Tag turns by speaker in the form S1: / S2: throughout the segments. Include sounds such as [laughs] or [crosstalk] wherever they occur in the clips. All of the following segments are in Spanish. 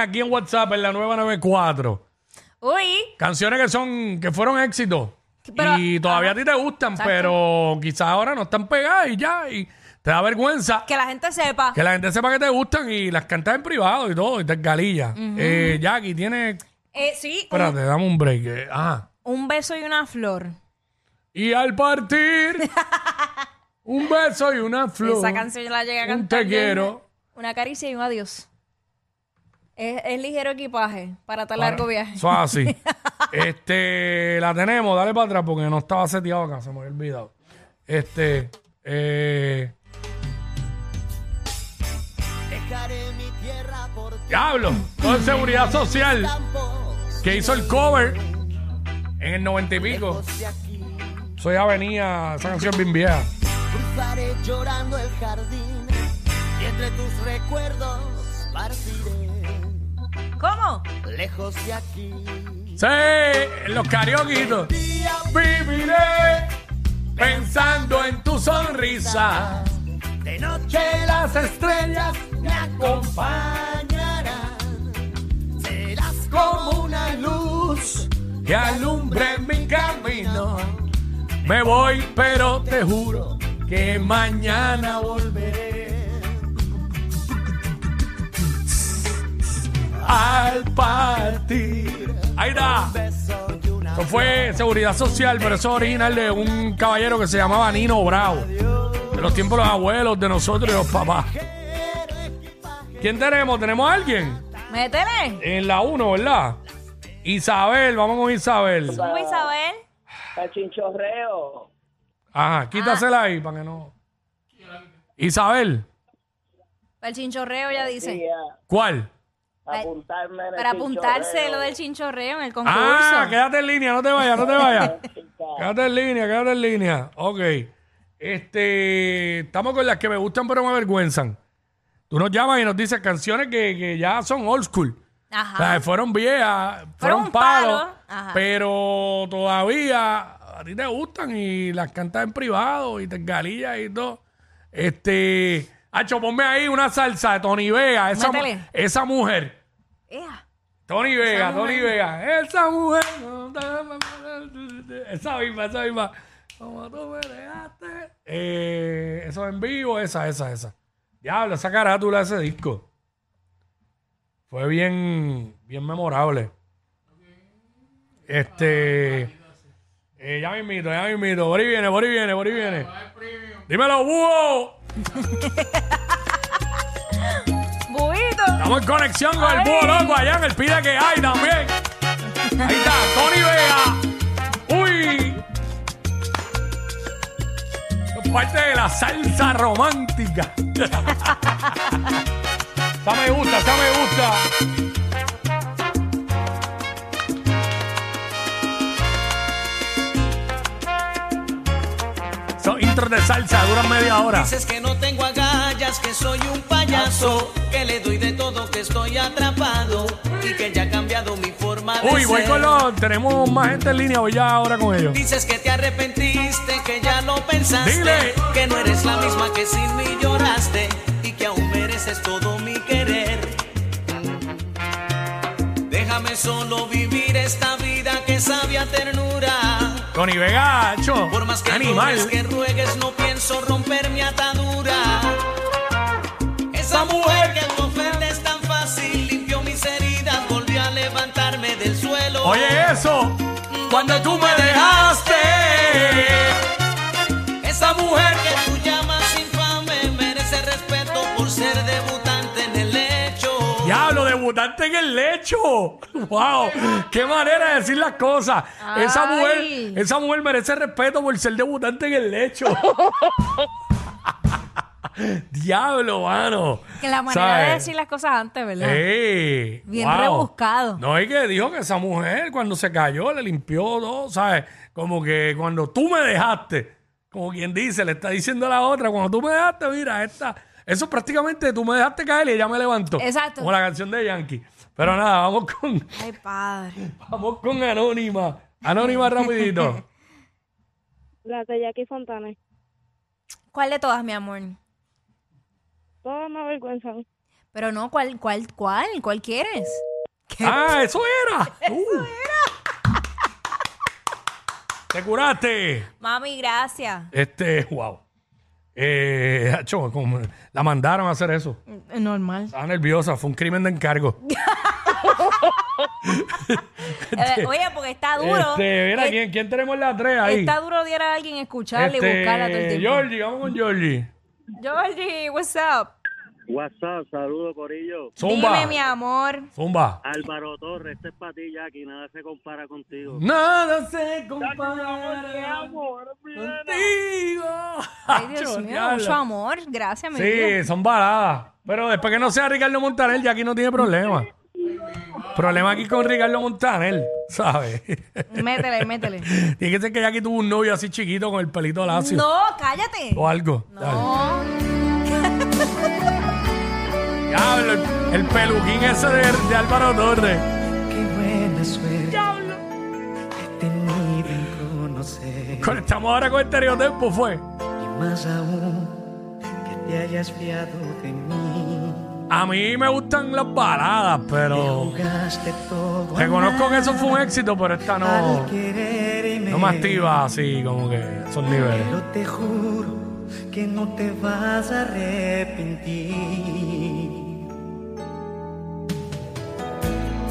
S1: aquí en WhatsApp en la 994.
S2: Uy,
S1: Canciones que son, que fueron éxitos.
S2: Pero-
S1: y todavía
S2: ajá.
S1: a ti te gustan,
S2: Exacto.
S1: pero quizás ahora no están pegadas y ya, y te da vergüenza.
S2: que la gente sepa.
S1: Que la gente sepa que te gustan y las cantas en privado y todo, y te galillas. eh, Jackie tiene.
S2: Eh, sí, un,
S1: Espérate, dame un break. eh, ajá.
S2: un beso y una flor.
S1: Y al partir,
S2: [laughs]
S1: un beso y una flor.
S2: Esa canción yo la llegué a
S1: Un
S2: cantar.
S1: te
S2: bien.
S1: quiero.
S2: Una caricia y un adiós. Es, es ligero equipaje para tan largo viaje.
S1: Eso es
S2: [laughs]
S1: así. este, la tenemos, dale para atrás porque no estaba seteado acá, se me había olvidado. Este, eh. Diablo, con seguridad social que hizo el cover en el noventa y pico. Soy Avenida, esa canción bien vieja.
S3: Cruzaré llorando el jardín y entre tus recuerdos partiré
S2: ¿Cómo?
S3: lejos de aquí.
S1: Sí, en los karaokitos. Viviré pensando en tu sonrisa.
S3: De noche
S1: Que las estrellas
S3: me acompañarán, serás como una luz.
S1: que alumbren mi camino. Me voy, pero te juro que mañana volveré. Al partir. Ahí está. Eso fue Seguridad Social, pero eso es original de un caballero que se llamaba Nino Bravo. De los tiempos de los abuelos, de nosotros y los papás. ¿Quién tenemos? ¿Tenemos a alguien?
S2: Métele.
S1: En la 1, ¿verdad? Isabel, vamos con Isabel.
S2: ¿Cómo Isabel?
S4: El chinchorreo.
S1: Ajá, Ah, quítasela ahí para que no. Isabel,
S2: El chinchorreo ya
S4: Sí,
S2: dice.
S4: a-
S1: ¿cuál?
S2: Ay,
S4: apuntarme en el
S2: Para apuntarse
S4: chinchorreo.
S2: lo del chinchorreo en el concurso.
S1: Ah, quédate en línea, no te vayas, no te vayas.
S4: Chica,
S1: Quédate en línea, quédate en línea. Ok. Este, estamos con las que me gustan pero me avergüenzan. Tú nos llamas y nos dices canciones que, que ya son old school. O
S2: Ajá.
S1: sea, fueron viejas,
S2: Fueron
S1: fueron,
S2: un palo,
S1: palos,
S2: ajá.
S1: pero todavía a ti te gustan y las cantas en privado y te galillas y todo. Este, Hacho, ponme ahí una salsa de Tony Vega, esa, mu-
S2: Métele.
S1: esa mujer.
S2: Ea.
S1: Tony Vega,
S2: mujer.
S1: Tony Vega, esa mujer. Esa misma, esa misma. Como tú me dejaste. Eh, eso en vivo, esa, esa, esa. Diablo, esa carátula de ese disco. Fue bien, bien memorable. Este. eh, ya mismito, ya mismito. Por ahí viene, por ahí viene, por ahí viene. Dímelo, búho.
S2: Buito.
S1: Estamos en conexión con el búho loco allá en el pide que hay también. Ahí está, Tony Vega. Uy. Esto es Parte de la salsa romántica. [laughs] esa me gusta, esa me gusta. Son intros de salsa, duran media hora.
S5: Dices que no tengo agallas, que soy un payaso, que le doy de todo, que estoy atrapado y que ya ha cambiado mi forma de
S1: Uy, voy
S5: ser.
S1: con los. Tenemos más gente en línea, voy ya ahora con ellos.
S5: Dices que te arrepentiste, que ya lo pensaste,
S1: Dile.
S5: que no eres la misma que sin mí lloraste y que aún mereces todo mi querer. Déjame solo vivir esta vida que sabe a ternura.
S1: Tony Vega, cho,
S5: Por más que
S1: animal.
S5: ruegues, que ruegues, no pienso romper mi atadura. Esa mujer que me ofende es tan fácil, limpió mis heridas, volvió a levantarme del suelo.
S1: Oye, eso. Cuando tú me dejaste.
S5: esa mujer que tú llamas infame merece respeto por ser debutante en el hecho.
S1: Diablo, debutante en el lecho. Wow, qué manera de decir las cosas. Esa
S2: Ay.
S1: mujer, esa mujer merece respeto por ser debutante en el
S2: [laughs]
S1: lecho. Diablo, mano.
S2: Que la manera de
S1: ¿Sabes?
S2: decir las cosas antes, ¿verdad?
S1: Ey,
S2: Bien
S1: wow.
S2: rebuscado.
S1: No, y que dijo que esa mujer cuando se cayó le limpió todo, ¿sabes? Como que cuando tú me dejaste, como quien dice, le está diciendo a la otra, cuando tú me dejaste, mira, esta, eso prácticamente tú me dejaste caer y ella me levantó.
S2: Exacto.
S1: Como la canción de Yankee. Pero nada, vamos con,
S2: Ay, padre.
S1: vamos con Anónima. Anónima rapidito.
S6: La de Jackie Fontanes.
S2: ¿Cuál de todas, mi amor?
S6: Todas me avergüenzan.
S2: Pero no, ¿cuál, cuál, cuál? ¿Cuál quieres? [laughs] ¿Qué?
S1: ¡Ah, eso era! Uh. ¡Te curaste!
S2: Mami, gracias.
S1: Este, [laughs] wow. Eh, acho, como la mandaron a hacer eso.
S2: Normal. [laughs]
S1: Estaba nerviosa, fue un crimen de encargo.
S2: Eh, oye, porque está duro.
S1: Este, mira,
S2: Es-
S1: ¿quién, quién tenemos en la tres ahí?
S2: Está duro odiar a alguien, escucharle y buscarla todo el
S1: Este,
S2: tiempo.
S1: Georgie, vamos con Georgie.
S2: Georgie, what's up?
S7: WhatsApp, saludo Corillo.
S1: Zumba.
S2: Dime,
S1: [laughs]
S2: mi amor.
S1: Zumba.
S7: Álvaro Torres, este es para ti, Jackie, nada se compara contigo.
S1: Nada se compara contigo.
S2: Ay, Dios
S1: Acho,
S2: mío,
S1: diablo.
S2: mucho amor. Gracias, mi vida.
S1: Sí, son baladas. Pero después que no sea Ricardo Montaner, ya aquí no tiene problema. Problema aquí con Ricardo Montaner, ¿sabes? [laughs]
S2: Métele, métele.
S1: tiene que ser que Jackie tuvo un novio así chiquito con el pelito lacio
S2: No, cállate.
S1: o algo. Dale.
S2: No.
S1: Diablo, el, el peluquín ese de, de Álvaro Torres.
S5: Qué buena suerte he tenido en conocer.
S1: Conectamos ahora con Estereotempo, fue.
S5: Y más aún que te hayas fiado de mí.
S1: A mí me gustan las baladas, pero
S5: Jugaste todo. a
S1: reconozco que
S5: nada
S1: eso fue un éxito, pero esta no,
S5: Al quererme.
S1: no me activa así como que esos niveles.
S5: Pero te juro que no te vas a arrepentir.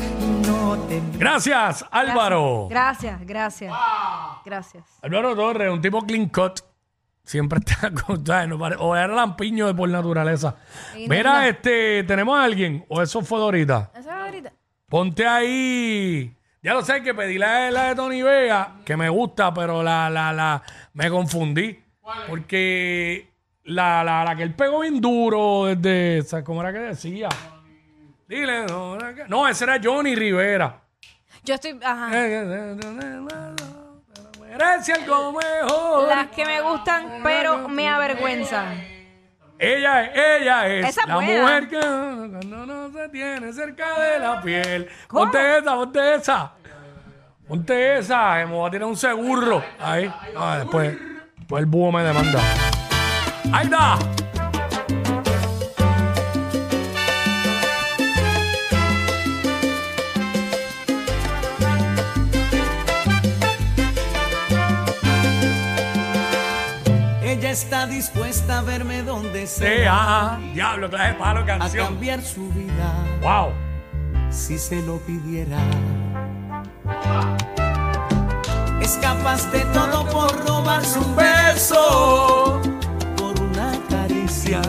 S5: Y no te
S1: Gracias, Álvaro.
S2: Gracias, gracias. Gracias.
S1: Álvaro Torres, un tipo clean cut. Siempre está [laughs] con. ¿sabes? No pare- O era lampiño de por naturaleza.
S2: Y
S1: Mira,
S2: nena.
S1: este, ¿tenemos a alguien? ¿O eso fue de ahorita?
S2: Eso es ahorita.
S1: Ponte ahí. Ya lo sé, que pedí la, la de Tony Vega, que me gusta, pero la, la, la, me confundí. Porque la, la, la que él pegó bien duro desde, ¿sabes ¿cómo era que decía? Dile, no, era que- no, ese era Johnny Rivera.
S2: Yo estoy.
S1: Eh,
S2: Ajá.
S1: Merece algo mejor.
S2: Las que me gustan, pero me avergüenzan.
S1: Ella es, ella es
S2: Esa
S1: la
S2: buena. Ah.
S1: mujer que cuando no se tiene cerca de la piel.
S2: ¿Cómo?
S1: Ponte esa, ponte esa. Ponte esa, que me voy a tirar un seguro. Ahí. Ah, después, después el búho me demanda. ¡Ahí está!
S5: Ella está dispuesta a verme donde sea,
S1: Sea. Diablo, clase de palo,
S5: a
S1: canción.
S5: cambiar su vida
S1: ¡Wow!
S5: si se lo pidiera. Es capaz de todo por robarse un beso, por una caricia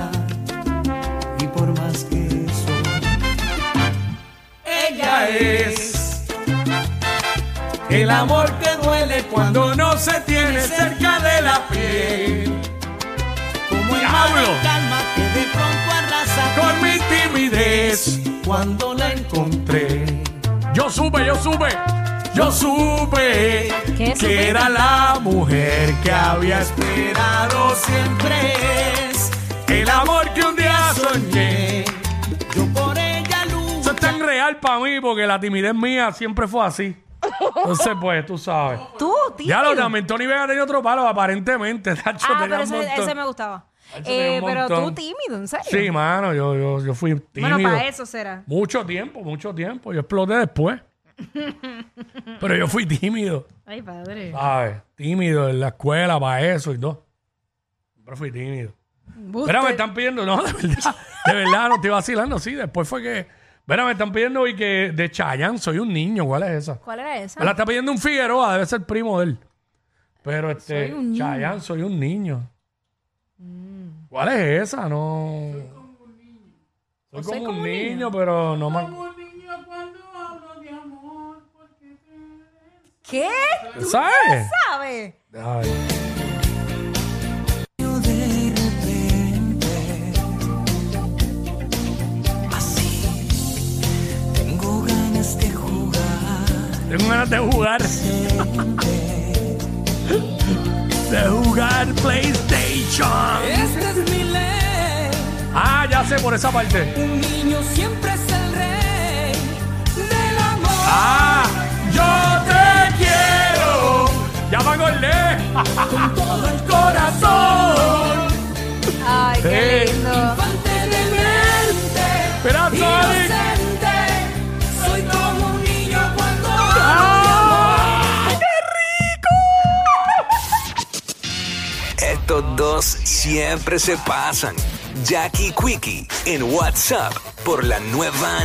S5: y por más que eso. Ella es el amor que duele cuando
S1: Cuando no se tiene cerca de la piel.
S5: como el mar
S1: ¡Diablo!
S5: en calma que de pronto arrasa
S1: Con mi timidez.
S5: cuando la encontré.
S1: Yo supe, yo supe, yo supe
S2: ¿Qué
S1: que
S2: supe?
S1: era la mujer que había esperado siempre. El amor que un día soñé.
S5: Yo por ella
S1: Eso
S5: lucho.
S1: es tan real para mí porque la timidez mía siempre fue así. Entonces, pues, tú sabes.
S2: Tú, tío.
S1: Ya lo también Tony Vega tenía otro palo, aparentemente. [laughs] Tacho, tenía
S2: Ah, pero
S1: un
S2: ese,
S1: montón. Ah,
S2: ese me gustaba.
S1: Tacho, tenía
S2: Eh,
S1: un
S2: pero tú
S1: montón.
S2: tímido, ¿en serio?
S1: Sí, mano, yo, yo, yo fui tímido.
S2: Bueno, para eso será.
S1: Mucho tiempo, mucho tiempo. Yo exploté
S2: [laughs]
S1: después. pero yo fui tímido.
S2: Ay, padre.
S1: ¿sabes? Tímido en la escuela para eso y todo. Siempre fui tímido.
S2: Buste.
S1: Mira, me están pidiendo, no, de verdad, de verdad, no estoy vacilando, sí, después fue que, mira, me están pidiendo y que de Chayanne soy un niño, ¿cuál es esa?
S2: ¿Cuál era esa?
S1: Me la está pidiendo un Figueroa, debe ser primo de él. Pero este,
S2: Soy un niño. Mm.
S1: Chayanne, soy un niño. ¿Cuál es esa? No. Soy
S2: O soy
S1: como
S2: como
S1: un
S2: un
S1: niño,
S2: niño.
S1: pero no más.
S2: ¿Qué?
S1: ¿Sabes?
S2: ¿Sabes?
S1: Ay.
S5: Así tengo ganas de jugar.
S1: Tengo ganas de jugar. [laughs] de jugar PlayStation.
S5: Esta Este es mi ley.
S1: Ah, ya sé por esa parte.
S5: Un niño siempre es el rey del amor.
S1: Ah, yo te quiero. Ya me acordé. [laughs] Con todo el corazón.
S2: Ay, qué
S1: Sí.
S2: lindo.
S5: Ante de verte,
S8: Estos dos siempre se pasan. Jackie Quickie en WhatsApp por la nueva